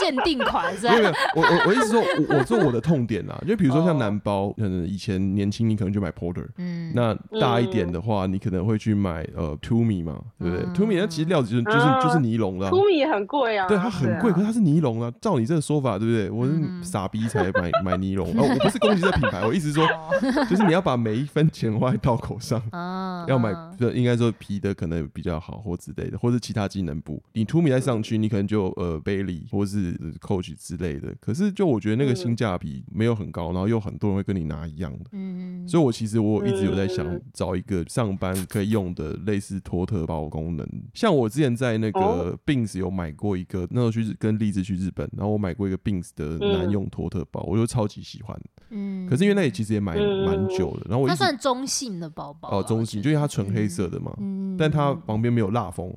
限定款是吧没有，没有我我我一直说，我我说我的痛点啦，就比如说像男包，可能以前年轻你可能就买 Porter，嗯，那大一点的话，你可能会去买呃 Tumi 嘛，对不对嗯？Tumi 它其实料子就是就是啊就是尼龙啦， *laughs* 出米也很贵啊，对，它很贵，可是它是尼龙啊。照你这个说法，对不对？我嗯是傻逼才 *laughs* 买买尼龙，哦，我不是攻击这品牌，我意思是说，哦 *laughs* 就是你要把每一分钱花在刀口 *laughs* 上。啊要买，就应该说皮的可能比较好，或之类的，或是其他技能部。你 t o 嗯 m 再上去，你可能就呃 Bailey 或是呃 Coach 之类的。可是就我觉得那个嗯性价比没有很高，然后又很多人会跟你拿一样的。嗯，所以，我其实我一直有在想嗯找一个上班可以用的类似托特包功能。像我之前在那个哦 Bings 有买过一个，那时候去日跟荔枝去日本，然后我买过一个 Bings 的男嗯用托特包，我就超级喜欢。嗯，可是因为那也其实也买嗯蛮久的，然后我一它直算中性的包包哦吧中性，就因为它纯我觉黑色，得的嘛，嗯，但它嗯旁边没有蜡封，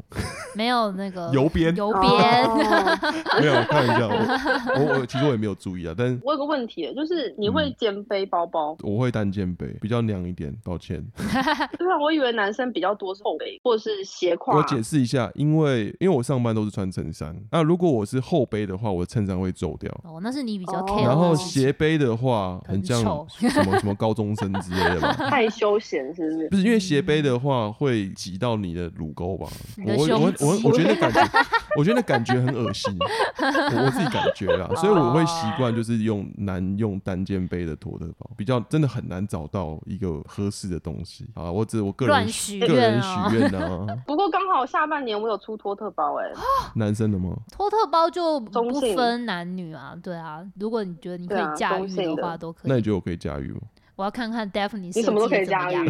没有那个油边呃油哦边，没 *laughs* 有，我开玩笑，我我我其实我也没有注意啊，但我有个问题，就是你嗯会肩背包包？我会单肩背，比较娘一点，抱歉。对啊，我以为男生比较多是后背或者是斜挎。我解释一下，因为因为我上班都是穿衬衫，那如果我是后背的话，我的衬衫会皱掉。哦，那是你比较哦 care 的然后事情斜背的话，很很像丑什么什么高中生之类 *laughs* 的吧？太休闲是不是？不是因为斜背的话会挤到你的乳沟吧？你的我我胸我肌我我觉得那感觉，我觉得那感觉很恶 *laughs* 心，我我自己感觉啦，哦所以我会习惯就是用男用单肩背的托特包，比较真的很难找到一个合适的东西啊。我只我个人乱许个人愿哦许愿啊，不过刚好下半年我有出托特包哎、男生的吗？托特包就中不性分男女啊，对啊，如果你觉得你可对啊以驾中驭性的话，都可那你以。觉得我可以驾驭吗？我要看看 Daphne 你什么都可以设计得驾怎么驭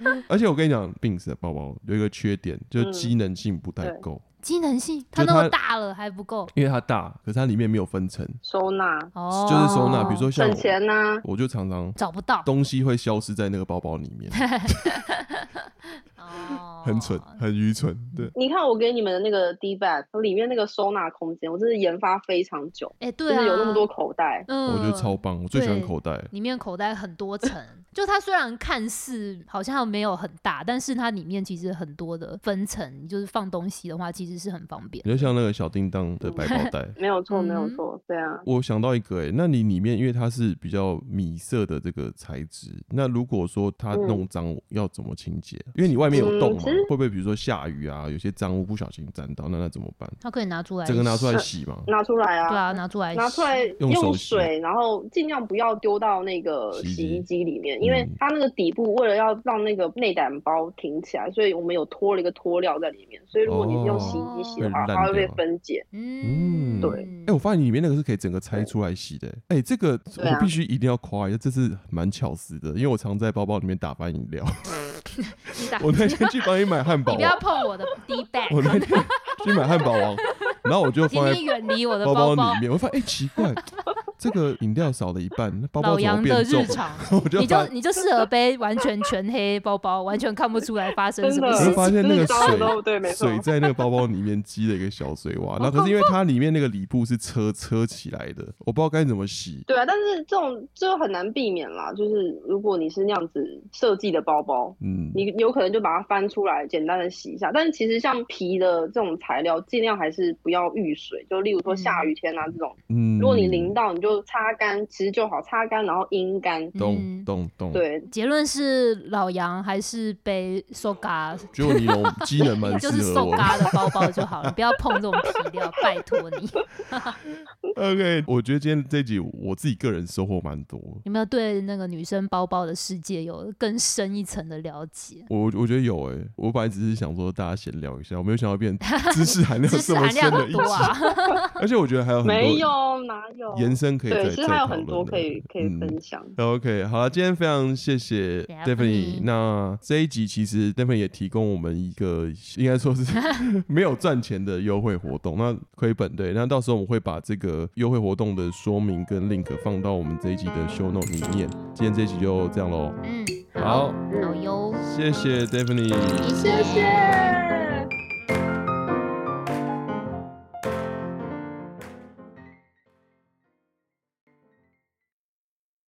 *laughs* 样。而且我跟你讲，Bings 的包包有一个缺点，就是机能性不太嗯对够，机能性，它就那么它大了还不够因为它大，可是它里面没有分层，收纳、哦，就是收纳，比如说像省我钱呐、我就常常找不到东西会消失在那个包包里面，哦，很蠢，很愚蠢。对，你看我给你们的那个 D bag 里面那个收纳空间，我真是研发非常久，哎，对就啊，是有那么多，口袋。。嗯，我觉得超棒，我最喜欢口袋。里面口袋很多层，就它虽然看似好像没有很大，但是它里面其实很多的分层，就是放东西的话其实是很方便你。就像那个小叮当的百 *laughs* 宝袋没有错，没有嗯错，对啊，我想到一个、欸，那你里面因为它是比较米色的这个材质，那如果说它弄脏，要怎么清洁？因为你外面有洞嘛，嗯嗯其实会不会比如说下雨啊，有些脏污不小心沾到，那那怎么办？它可以拿出来，整个拿出来洗嘛，拿出来啊，对啊，拿出来洗，拿出来用手用洗水，然后尽量不要丢到那个洗衣洗衣机机里面，因为嗯它那个底部为了要让那个内胆包挺起来，所以我们有脱了一个脱料在里面，所以如果你是用洗衣机洗的话，哦会烂它会被掉分解。嗯，对哎、我 *laughs* 发现里面那个是可以整个拆出来洗的、哎、这个对啊我必须一定要夸一下，这是蛮巧思的，因为我常在包包里面打翻饮料。 *laughs* 你打我那天去帮你买汉堡你不要王，碰我的 D bag，我那天去买汉堡王，然后我就请放在你远离我的包包包里。面，我发现哎、奇怪，这个饮料少了一半，那包包老怎么杨的变重日？常，我就你就发你就适合背完全全黑包包，完全看不出来发生什么我真的事情。就发现那个就是水糟糕对没错水在那个包包里面积了一个小水洼，然后可是因为它里面那个里布是车车起来的，我不知道该怎么洗。对啊，但是这种就很难避免啦。就是如果你是那样子设计的包包，嗯，你有可能就把它翻出来，简单的洗一下。但是其实像皮的这种材料，尽量还是不要遇水。就例如说下雨天啊这种，嗯，如果你淋到，你就擦干，其实就好，擦干然后阴干。咚嗯咚咚，，对，结论是老杨还是背 Soga，觉得我尼龙机能蛮 *laughs* 适就是合我的。 Soga 的包包就好了，不要碰这种皮料，拜托你。 OK，我觉得今天这集我自己个人收获蛮多。有没有对那个女生包包的世界有更深一层的了解？我我觉得有诶、我本来只是想说大家闲聊一下，我没有想 *laughs* 到变知识含量知这识么含深量的很一多啊集，， *laughs* 而且我觉得还有很多没有哪有延伸可以再对，其再实还有讨很论多的可以可以嗯分享。 OK，好了，今天非常谢谢 Stephanie 啊 Stephanie。那这一集其实 Stephanie 也提供我们一个应该 *laughs* 说是没有赚钱的优惠活动，那亏本对。那到时候我们会把这个优惠活动的说明跟 link 放到我们这一集的 show note 里面。今天这一集就这样喽，嗯，好，好哟，谢谢 Stephanie。谢谢。